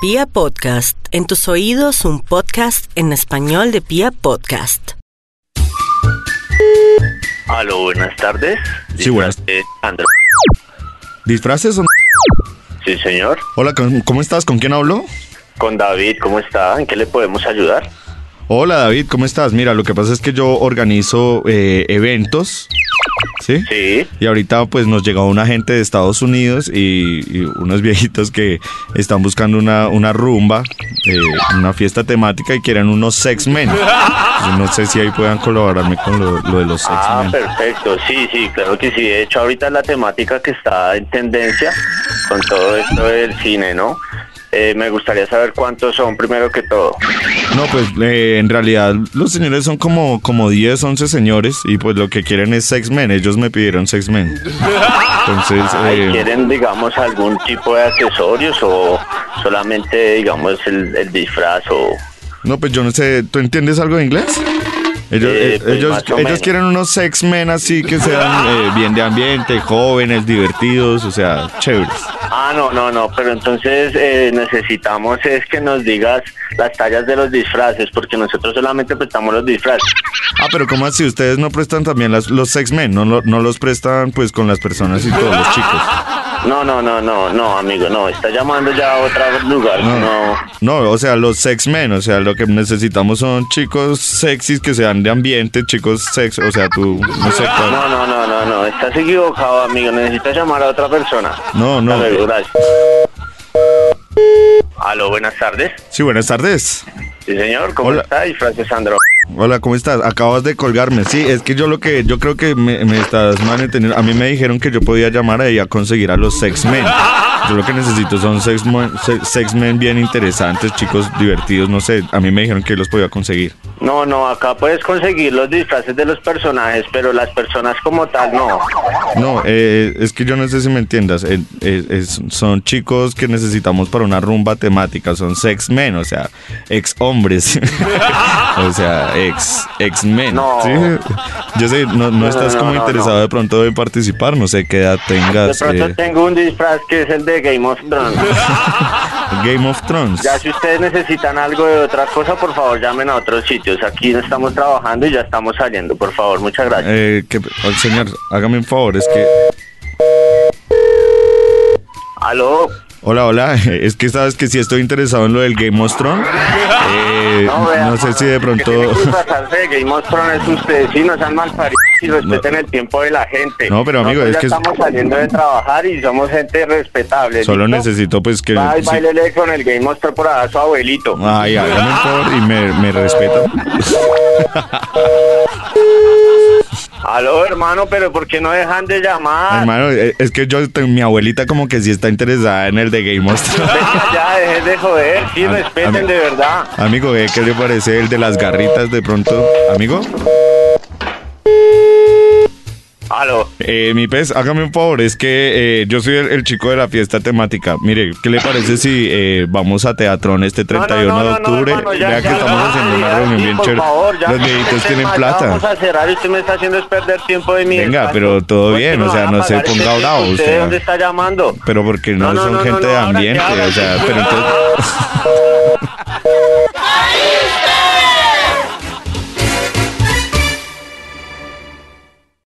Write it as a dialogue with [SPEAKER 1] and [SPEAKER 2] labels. [SPEAKER 1] Pia Podcast, en tus oídos un podcast en español de Pia Podcast.
[SPEAKER 2] Aló, buenas tardes.
[SPEAKER 3] Sí, buenas.
[SPEAKER 2] Disfraces, Andrés.
[SPEAKER 3] ¿Disfraces o no?
[SPEAKER 2] Sí, señor.
[SPEAKER 3] Hola, ¿cómo cómo estás? ¿Con quién hablo?
[SPEAKER 2] Con David, ¿cómo está? ¿En qué le podemos ayudar?
[SPEAKER 3] Hola, David, ¿cómo estás? Mira, lo que pasa es que yo organizo eh, eventos, ¿sí?
[SPEAKER 2] Sí.
[SPEAKER 3] Y ahorita pues nos llegó una gente de Estados Unidos y, y unos viejitos que están buscando una, una rumba, eh, una fiesta temática y quieren unos sex men. Yo no sé si ahí puedan colaborarme con lo, lo de los sex
[SPEAKER 2] Ah,
[SPEAKER 3] men.
[SPEAKER 2] perfecto. Sí, sí, claro que sí. De hecho, ahorita la temática que está en tendencia con todo esto del cine, ¿no? Eh, me gustaría saber cuántos son primero que todo.
[SPEAKER 3] No, pues eh, en realidad los señores son como, como 10, 11 señores y pues lo que quieren es sex men. Ellos me pidieron sex men. Entonces,
[SPEAKER 2] Ay,
[SPEAKER 3] eh,
[SPEAKER 2] ¿Quieren, digamos, algún tipo de accesorios o solamente, digamos, el, el disfraz o...?
[SPEAKER 3] no, pues yo no sé, ¿tú entiendes algo de inglés? Ellos,
[SPEAKER 2] Eh,
[SPEAKER 3] eh,
[SPEAKER 2] pues,
[SPEAKER 3] ellos,
[SPEAKER 2] más o
[SPEAKER 3] ellos
[SPEAKER 2] menos.
[SPEAKER 3] quieren unos sex men así que sean eh, bien de ambiente, jóvenes, divertidos, o sea, chéveres.
[SPEAKER 2] Ah, no, no, no, pero entonces eh, necesitamos es que nos digas las tallas de los disfraces, porque nosotros solamente prestamos los disfraces.
[SPEAKER 3] Ah, pero ¿cómo así? Ustedes no prestan también las- los sex men, no, lo- no los prestan pues con las personas y todos los chicos.
[SPEAKER 2] No, no, no, no, no, amigo, no, está llamando ya a otro lugar, no.
[SPEAKER 3] No, o sea, los sex men, o sea, lo que necesitamos son chicos sexys que sean de ambiente, chicos sex, o sea, tú, no sé cuál.
[SPEAKER 2] No, no, no, no, no, estás equivocado, amigo, necesitas llamar a otra persona.
[SPEAKER 3] No, no.
[SPEAKER 2] Dale, gracias. Aló, buenas tardes.
[SPEAKER 3] Sí, buenas tardes.
[SPEAKER 2] Sí, señor, ¿cómo
[SPEAKER 3] Hola.
[SPEAKER 2] está? Disfraces Sandro.
[SPEAKER 3] Hola, ¿cómo estás? Acabas de colgarme. Sí, es que yo lo que, yo creo que me, me estás malentendiendo. A mí me dijeron que yo podía llamar ahí a conseguir a los sex men. Yo lo que necesito son sex, mo- se- sex men bien interesantes, chicos divertidos, no sé. A mí me dijeron que los podía conseguir.
[SPEAKER 2] No, no, acá puedes conseguir los disfraces de los personajes, pero las personas como tal, no.
[SPEAKER 3] No, eh, es que yo no sé si me entiendas. eh, eh, es- son chicos que necesitamos para una rumba temática. Son sex men, o sea, ex hombres. o sea, ex, ex men.
[SPEAKER 2] No.
[SPEAKER 3] ¿sí? Yo sé, no, no estás
[SPEAKER 2] no,
[SPEAKER 3] como
[SPEAKER 2] no,
[SPEAKER 3] interesado de pronto de participar. No sé qué edad
[SPEAKER 2] De
[SPEAKER 3] tengas.
[SPEAKER 2] pronto
[SPEAKER 3] eh,
[SPEAKER 2] tengo un disfraz que es el de Game of Thrones.
[SPEAKER 3] Game of Thrones.
[SPEAKER 2] Ya si ustedes necesitan algo de otra cosa, por favor llamen a otros sitios. Aquí no estamos trabajando y ya estamos saliendo. Por favor, muchas gracias.
[SPEAKER 3] Eh, que- oh, señor, hágame un favor. Es que.
[SPEAKER 2] Aló.
[SPEAKER 3] Hola, hola. Es que sabes que sí estoy interesado en lo del Game of Thrones. Eh,
[SPEAKER 2] vea,
[SPEAKER 3] no sé si de
[SPEAKER 2] que
[SPEAKER 3] pronto.
[SPEAKER 2] tiene que pasarse de Game of Thrones ustedes sí nos han malparido y respeten el tiempo de la gente.
[SPEAKER 3] No, pero, amigo,
[SPEAKER 2] Nosotros
[SPEAKER 3] es
[SPEAKER 2] ya
[SPEAKER 3] que es-
[SPEAKER 2] estamos saliendo de trabajar y somos gente respetable.
[SPEAKER 3] Solo
[SPEAKER 2] ¿listo?
[SPEAKER 3] necesito pues que...
[SPEAKER 2] Va y
[SPEAKER 3] sí. Ah.
[SPEAKER 2] bailele con el Game of Thrones por allá a su abuelito.
[SPEAKER 3] Ay, hágame un favor y me, me respeta.
[SPEAKER 2] Aló, hermano, pero ¿por qué no dejan de llamar?
[SPEAKER 3] Hermano, eh, es que yo, te- mi abuelita como que sí está interesada en el de Game of Thrones.
[SPEAKER 2] Venga ya, dejen de joder. Sí,
[SPEAKER 3] Am-
[SPEAKER 2] respeten
[SPEAKER 3] am-
[SPEAKER 2] de verdad.
[SPEAKER 3] Amigo, eh, ¿qué le parece el de las garritas de pronto? Amigo,
[SPEAKER 2] Aló.
[SPEAKER 3] eh, mi pez, hágame un favor, es que eh, yo soy el, el chico de la fiesta temática. Mire, ¿qué le parece si eh, vamos a Teatrón este 31
[SPEAKER 2] No, no, no,
[SPEAKER 3] de
[SPEAKER 2] no, no,
[SPEAKER 3] octubre?
[SPEAKER 2] hermano,
[SPEAKER 3] ya, que
[SPEAKER 2] ya,
[SPEAKER 3] estamos
[SPEAKER 2] ya,
[SPEAKER 3] haciendo una
[SPEAKER 2] ya,
[SPEAKER 3] reunión
[SPEAKER 2] sí,
[SPEAKER 3] bien
[SPEAKER 2] por
[SPEAKER 3] chévere.
[SPEAKER 2] favor, ya,
[SPEAKER 3] Los viejitos
[SPEAKER 2] este
[SPEAKER 3] tienen
[SPEAKER 2] mal, ya
[SPEAKER 3] plata.
[SPEAKER 2] Vamos a cerrar y usted me está haciendo es perder tiempo de mi
[SPEAKER 3] Venga,
[SPEAKER 2] descanso.
[SPEAKER 3] pero todo
[SPEAKER 2] Oye,
[SPEAKER 3] bien, o
[SPEAKER 2] me
[SPEAKER 3] sea,
[SPEAKER 2] van a
[SPEAKER 3] no se
[SPEAKER 2] pagar
[SPEAKER 3] ponga
[SPEAKER 2] este
[SPEAKER 3] bravo,
[SPEAKER 2] tiempo.
[SPEAKER 3] o sea.
[SPEAKER 2] ¿Usted dónde está llamando?
[SPEAKER 3] Pero porque no,
[SPEAKER 2] No, no,
[SPEAKER 3] son
[SPEAKER 2] no, no,
[SPEAKER 3] gente
[SPEAKER 2] no,
[SPEAKER 3] de
[SPEAKER 2] ahora que
[SPEAKER 3] ambiente, o sea,
[SPEAKER 2] hablas.
[SPEAKER 3] pero entonces...